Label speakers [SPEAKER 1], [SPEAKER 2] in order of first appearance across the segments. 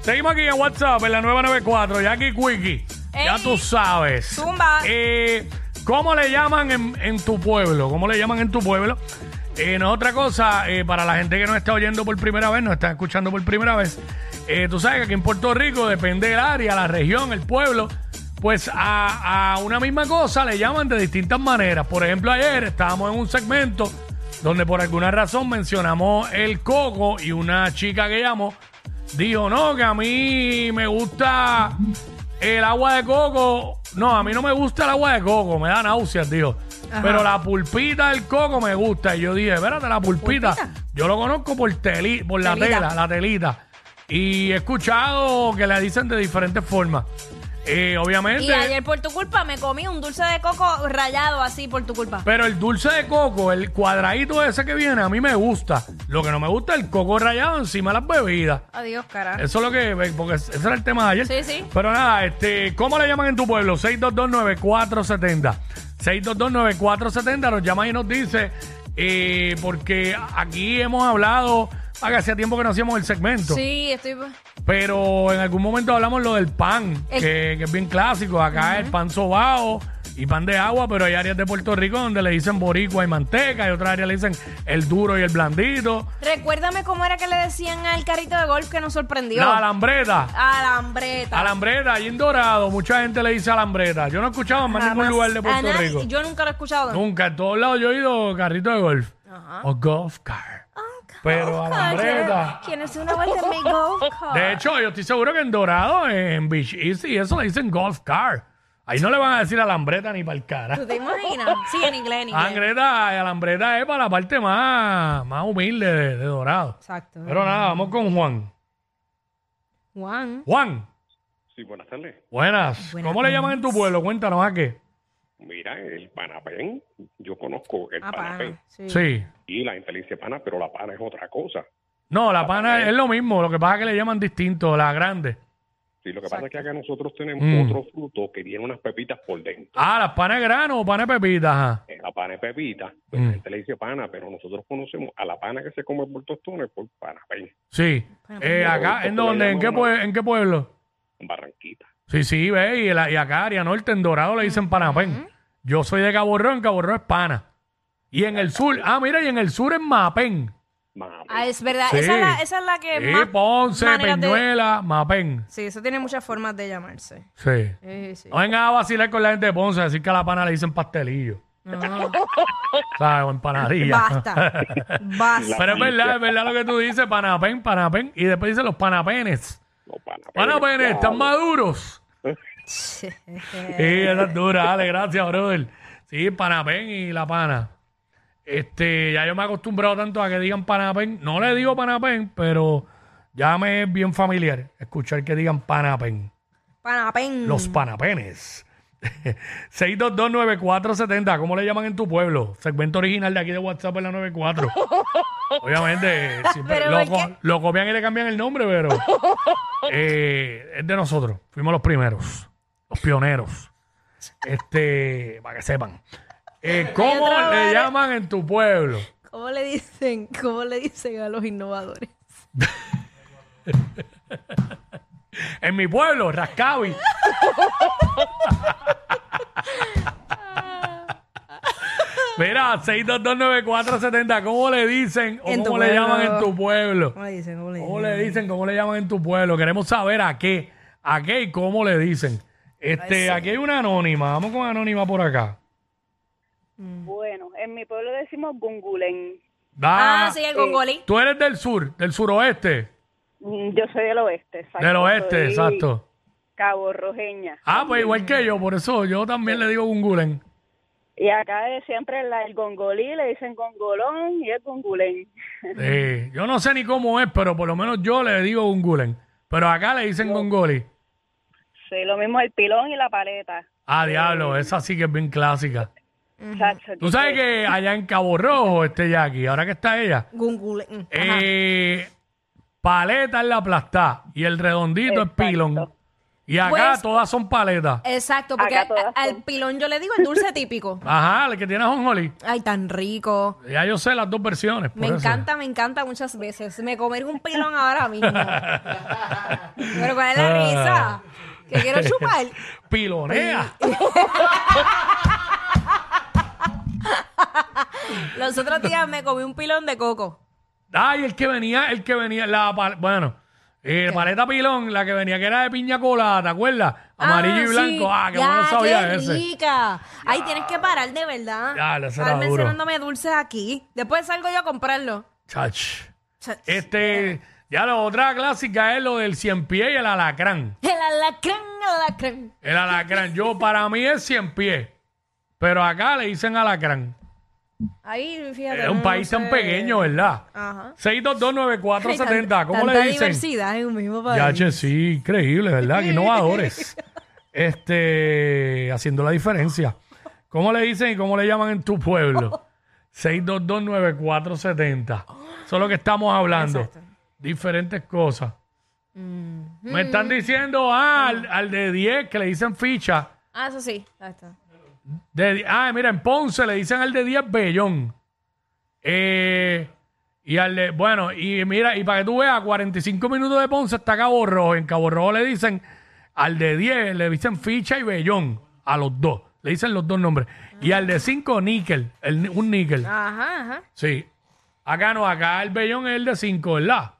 [SPEAKER 1] Seguimos aquí en WhatsApp en la 994, Jackie Quickie. Ya
[SPEAKER 2] Ey,
[SPEAKER 1] tú sabes.
[SPEAKER 2] zumba.
[SPEAKER 1] Eh, ¿Cómo le llaman en, en tu pueblo? ¿Cómo le llaman en tu pueblo? Eh, no es otra cosa, eh, para la gente que nos está oyendo por primera vez, nos está escuchando por primera vez, eh, tú sabes que aquí en Puerto Rico, depende del área, la región, el pueblo, pues a, a una misma cosa le llaman de distintas maneras. Por ejemplo, ayer estábamos en un segmento donde por alguna razón mencionamos el coco y una chica que llamó dijo, no, que a mí me gusta el agua de coco. No, a mí no me gusta el agua de coco, me da náuseas, dijo. Pero la pulpita del coco me gusta. Y yo dije, espérate, la pulpita,
[SPEAKER 2] ¿Pulpita?
[SPEAKER 1] yo lo conozco por, teli, por la
[SPEAKER 2] Telita.
[SPEAKER 1] tela, la telita. Y he escuchado que la dicen de diferentes formas. Eh, obviamente...
[SPEAKER 2] Y ayer por tu culpa me comí un dulce de coco rallado así por tu culpa.
[SPEAKER 1] Pero el dulce de coco, el cuadradito ese que viene, a mí me gusta. Lo que no me gusta es el coco rallado encima de las bebidas.
[SPEAKER 2] Adiós, cara.
[SPEAKER 1] Eso es lo que. eh, Porque ese era el tema de ayer.
[SPEAKER 2] Sí, sí.
[SPEAKER 1] Pero nada, este, ¿cómo le llaman en tu pueblo? 6229470. 6229470 nos llama y nos dice. eh, porque aquí hemos hablado. ah, que hacía tiempo que no hacíamos el segmento.
[SPEAKER 2] Sí, estoy.
[SPEAKER 1] Pero en algún momento hablamos lo del pan,
[SPEAKER 2] El-
[SPEAKER 1] que, que es bien clásico. Acá el pan sobao y pan de agua, pero hay áreas de Puerto Rico donde le dicen boricua y manteca, y otras áreas le dicen el duro y el blandito.
[SPEAKER 2] Recuérdame cómo era que le decían al carrito de golf que nos sorprendió.
[SPEAKER 1] La alambreta.
[SPEAKER 2] Alambreta.
[SPEAKER 1] Alambreta, allí en Dorado, mucha gente le dice alambreta. Yo no he escuchado más
[SPEAKER 2] Jamás.
[SPEAKER 1] ningún lugar de
[SPEAKER 2] A
[SPEAKER 1] Puerto
[SPEAKER 2] nadie-
[SPEAKER 1] Rico.
[SPEAKER 2] Yo nunca lo he escuchado.
[SPEAKER 1] Nunca, en todos lados yo he ido carrito de golf
[SPEAKER 2] Ajá. Oh,
[SPEAKER 1] o golf car. Pero alambreta.
[SPEAKER 2] Alambreta. ¿Quién es una vuelta en mi golf cart?
[SPEAKER 1] De hecho, yo estoy seguro que en Dorado, en Beach Easy, eso le dicen golf car. Ahí no le van a decir alambreta ni para el cara.
[SPEAKER 2] ¿Tú te imaginas? Sí, en inglés, en inglés.
[SPEAKER 1] Alambreta, alambreta es para la parte más, más humilde de, de Dorado.
[SPEAKER 2] Exacto.
[SPEAKER 1] Pero nada, vamos con Juan.
[SPEAKER 2] Juan.
[SPEAKER 1] Juan,
[SPEAKER 3] Sí, buenas tardes.
[SPEAKER 1] buenas.
[SPEAKER 2] Buenas
[SPEAKER 1] ¿Cómo le llaman en tu pueblo? Cuéntanos a qué.
[SPEAKER 3] Mira, el panapén, yo conozco el
[SPEAKER 2] Ah,
[SPEAKER 3] panapén.
[SPEAKER 2] pana. Sí.
[SPEAKER 1] Sí.
[SPEAKER 3] Y la gente le dice pana, pero la pana es otra cosa.
[SPEAKER 1] No, la pana
[SPEAKER 3] pana
[SPEAKER 1] es,
[SPEAKER 3] es-
[SPEAKER 1] lo mismo, lo que pasa es que le llaman distinto, la grande.
[SPEAKER 3] Sí, lo que pasa es que acá nosotros tenemos
[SPEAKER 1] Mm.
[SPEAKER 3] otro fruto que tiene unas pepitas por dentro.
[SPEAKER 1] Ah, las panes grano o panes pepitas, ajá.
[SPEAKER 3] Eh, La pana es pepita, pues
[SPEAKER 1] Mm.
[SPEAKER 3] la gente le dice pana, pero nosotros conocemos a la pana que se come por tostones por panapén,
[SPEAKER 1] Sí.
[SPEAKER 2] Bueno,
[SPEAKER 1] Eh,
[SPEAKER 3] bueno,
[SPEAKER 1] acá,
[SPEAKER 3] ¿cómo
[SPEAKER 1] ¿en
[SPEAKER 3] le
[SPEAKER 1] dónde? ¿En
[SPEAKER 3] llaman
[SPEAKER 1] qué,
[SPEAKER 3] uno?
[SPEAKER 1] pue- ¿En qué pueblo?
[SPEAKER 3] en Barranquita.
[SPEAKER 1] Sí, sí, ve, y, la- y acá, área norte, en Dorado le dicen panapén. Yo soy de Caborrón, en Caborrón es pana. Y en el sur, ah, mira, y en el sur es mapén.
[SPEAKER 3] Mapén.
[SPEAKER 2] Ah, es verdad.
[SPEAKER 1] Sí.
[SPEAKER 2] Esa, es la, esa es la que
[SPEAKER 1] Sí,
[SPEAKER 2] más
[SPEAKER 1] Ponce,
[SPEAKER 2] maneras de-
[SPEAKER 1] Peñuela, mapén.
[SPEAKER 2] Sí, eso tiene muchas formas de llamarse.
[SPEAKER 1] Sí.
[SPEAKER 2] Sí, sí.
[SPEAKER 1] No vengan a vacilar con la gente de Ponce, a decir que a la pana le dicen pastelillo.
[SPEAKER 2] No.
[SPEAKER 1] ¿Sabes? O empanadilla.
[SPEAKER 2] Basta. Basta.
[SPEAKER 1] Pero es verdad, es verdad lo que tú dices, panapén, panapén. Y después dicen los panapenes.
[SPEAKER 3] Los panapenes.
[SPEAKER 1] Panapenes,
[SPEAKER 3] Wow.
[SPEAKER 1] están maduros. Sí, esa es dura, dale, gracias, brother. Sí, panapén y la pana. Este, ya yo me he acostumbrado tanto a que digan panapén. No le digo panapén, pero ya me es bien familiar escuchar que digan panapén.
[SPEAKER 2] Panapén.
[SPEAKER 1] Los panapenes. 6229470, ¿cómo le llaman en tu pueblo? Segmento original de aquí de WhatsApp en la 94. Obviamente, siempre
[SPEAKER 2] Pero
[SPEAKER 1] lo,
[SPEAKER 2] ¿por
[SPEAKER 1] co-
[SPEAKER 2] qué?
[SPEAKER 1] lo copian y le cambian el nombre, pero eh, es de nosotros. Fuimos los primeros, los pioneros. Este, para que sepan. Eh, ¿Cómo
[SPEAKER 2] otro
[SPEAKER 1] le
[SPEAKER 2] lugar.
[SPEAKER 1] llaman en tu pueblo?
[SPEAKER 2] ¿Cómo le dicen? ¿Cómo le dicen a los innovadores?
[SPEAKER 1] En mi pueblo, Rascabi. Mira, 6229470, ¿cómo le dicen o
[SPEAKER 2] En tu
[SPEAKER 1] cómo le
[SPEAKER 2] pueblo.
[SPEAKER 1] llaman en tu pueblo?
[SPEAKER 2] ¿Cómo le dicen? ¿Cómo le
[SPEAKER 1] ¿Cómo le dicen, cómo le llaman en tu pueblo? Queremos saber a qué, a qué y cómo le dicen. Este, aquí hay una anónima, vamos con anónima por acá.
[SPEAKER 4] Bueno, en mi pueblo decimos gungulén.
[SPEAKER 1] Da-
[SPEAKER 2] Ah, sí, el gongolí.
[SPEAKER 1] Tú eres del sur, del suroeste,
[SPEAKER 4] Mm, Yo soy del oeste, exacto.
[SPEAKER 1] del oeste,
[SPEAKER 4] soy
[SPEAKER 1] exacto.
[SPEAKER 4] Cabo Rojeña.
[SPEAKER 1] Ah, pues igual que yo, por eso yo también le digo Gungulen.
[SPEAKER 4] Y acá eh, siempre la- el gongolí le dicen gongolón y el gongulén.
[SPEAKER 1] Eh, yo no sé ni cómo es, pero por lo menos yo le digo gungulen. Pero acá le dicen gongoli.
[SPEAKER 4] Sí, lo mismo el pilón y la paleta.
[SPEAKER 1] Ah, diablo, esa sí que es bien clásica.
[SPEAKER 4] Chacho, eh,
[SPEAKER 1] Tú sabes que allá en Cabo Rojo, este Jackie, ahora que está ella,
[SPEAKER 2] Gungule. mm, ajá.
[SPEAKER 1] eh, paleta es la aplastada y el redondito
[SPEAKER 4] Exacto.
[SPEAKER 1] es pilón. Y acá
[SPEAKER 2] Pues-
[SPEAKER 1] todas son paletas.
[SPEAKER 2] Exacto, porque
[SPEAKER 4] Acá
[SPEAKER 2] a-
[SPEAKER 4] todas
[SPEAKER 2] al
[SPEAKER 4] son.
[SPEAKER 2] pilón yo le digo el dulce típico.
[SPEAKER 1] Ajá, el que tiene honjoli.
[SPEAKER 2] Ay, tan rico.
[SPEAKER 1] Ya yo sé las dos versiones. por
[SPEAKER 2] Me
[SPEAKER 1] eso.
[SPEAKER 2] encanta, me encanta muchas veces. Me comer un pilón ahora mismo. Pero ¿cuál es la
[SPEAKER 1] Ah.
[SPEAKER 2] risa? Pues, Que quiero chupar.
[SPEAKER 1] Pilonea.
[SPEAKER 2] Los otros días me comí un pilón de coco.
[SPEAKER 1] Ay, el que venía, el que venía, la pal- bueno, eh, paleta pilón, la que venía que era de piña colada, ¿te acuerdas? Amarillo y
[SPEAKER 2] Ah,
[SPEAKER 1] blanco.
[SPEAKER 2] sí.
[SPEAKER 1] Ah, que
[SPEAKER 2] Ya,
[SPEAKER 1] bueno sabía
[SPEAKER 2] qué
[SPEAKER 1] ese.
[SPEAKER 2] rica. Ay, tienes que parar de verdad.
[SPEAKER 1] Ya, le será
[SPEAKER 2] Estar
[SPEAKER 1] duro.
[SPEAKER 2] mencionándome dulces aquí. Después salgo yo a comprarlo.
[SPEAKER 1] Chach.
[SPEAKER 2] Chach.
[SPEAKER 1] Este, ya la otra clásica es lo del cien pies y el alacrán.
[SPEAKER 2] El alacrán, el alacrán.
[SPEAKER 1] El alacrán, yo para mí es cien pies, pero acá le dicen alacrán.
[SPEAKER 2] Ahí, fíjate.
[SPEAKER 1] Es un
[SPEAKER 2] no
[SPEAKER 1] país tan
[SPEAKER 2] sé.
[SPEAKER 1] pequeño, ¿verdad?
[SPEAKER 2] Ajá.
[SPEAKER 1] 6229470, ¿cómo
[SPEAKER 2] Tanta
[SPEAKER 1] le dicen?
[SPEAKER 2] diversidad en un mismo país.
[SPEAKER 1] Ya, che, sí, increíble, ¿verdad? Que Innovadores. este, haciendo la diferencia. ¿Cómo le dicen y cómo le llaman en tu pueblo? 6229470. Eso es lo que estamos hablando. Diferentes cosas. Me están diciendo, ah, al, al de 10 que le dicen ficha.
[SPEAKER 2] Ah, eso sí. Ahí está.
[SPEAKER 1] De di- ah, mira, en Ponce le dicen al de 10 Bellón. Eh, y al de, bueno, y mira, y para que tú veas, a 45 minutos de Ponce está Cabo Rojo. En Cabo Rojo le dicen al de 10, le dicen Ficha y Bellón a los dos. Le dicen los dos nombres. Y al de 5, Níquel, el ni- un Níquel.
[SPEAKER 2] Ajá, ajá.
[SPEAKER 1] Sí. Acá no, acá el Bellón es el de 5, ¿verdad?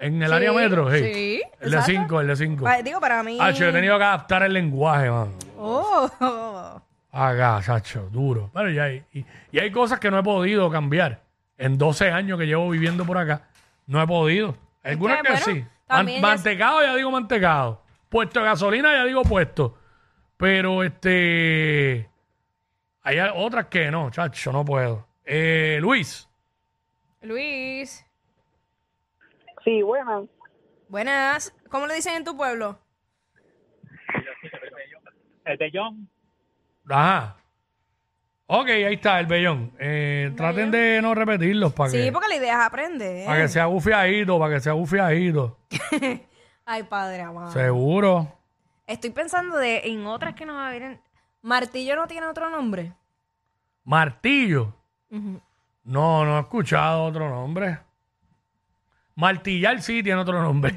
[SPEAKER 1] En el
[SPEAKER 2] Sí,
[SPEAKER 1] área metro, sí.
[SPEAKER 2] sí,
[SPEAKER 1] el de
[SPEAKER 2] exacto.
[SPEAKER 1] 5, el de 5.
[SPEAKER 2] Pa- digo, para mí.
[SPEAKER 1] Ah, yo he tenido que adaptar el lenguaje, mano.
[SPEAKER 2] Oh.
[SPEAKER 1] Acá, chacho, duro. Pero ya hay, y, y hay cosas que no he podido cambiar. En 12 años que llevo viviendo por acá, no he podido. Algunas
[SPEAKER 2] que,
[SPEAKER 1] que,
[SPEAKER 2] bueno,
[SPEAKER 1] sí.
[SPEAKER 2] también
[SPEAKER 1] Man-
[SPEAKER 2] ya-
[SPEAKER 1] mantecado, ya digo mantecado. Puesto de gasolina, ya digo puesto. Pero este. Hay a- otras que no, chacho, no puedo. Eh, Luis,
[SPEAKER 2] Luis.
[SPEAKER 4] Sí, bueno.
[SPEAKER 2] Buenas. ¿Cómo le dicen en tu pueblo?
[SPEAKER 5] El de John.
[SPEAKER 1] ajá. Ok, ahí está, el bellón. Eh, traten de no repetirlos para
[SPEAKER 2] Sí,
[SPEAKER 1] que,
[SPEAKER 2] porque la idea es aprender.
[SPEAKER 1] para que sea bufiadito, para que sea bufiadito.
[SPEAKER 2] Ay, padre amado.
[SPEAKER 1] Seguro.
[SPEAKER 2] Estoy pensando de en otras que nos va a venir. Martillo no tiene otro nombre.
[SPEAKER 1] Martillo. No, no he escuchado otro nombre. Martillar sí tiene otro nombre.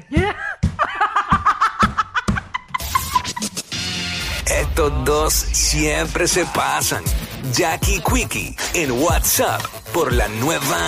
[SPEAKER 6] Estos dos siempre se pasan. Jackie Quickie en WhatsApp por la nueva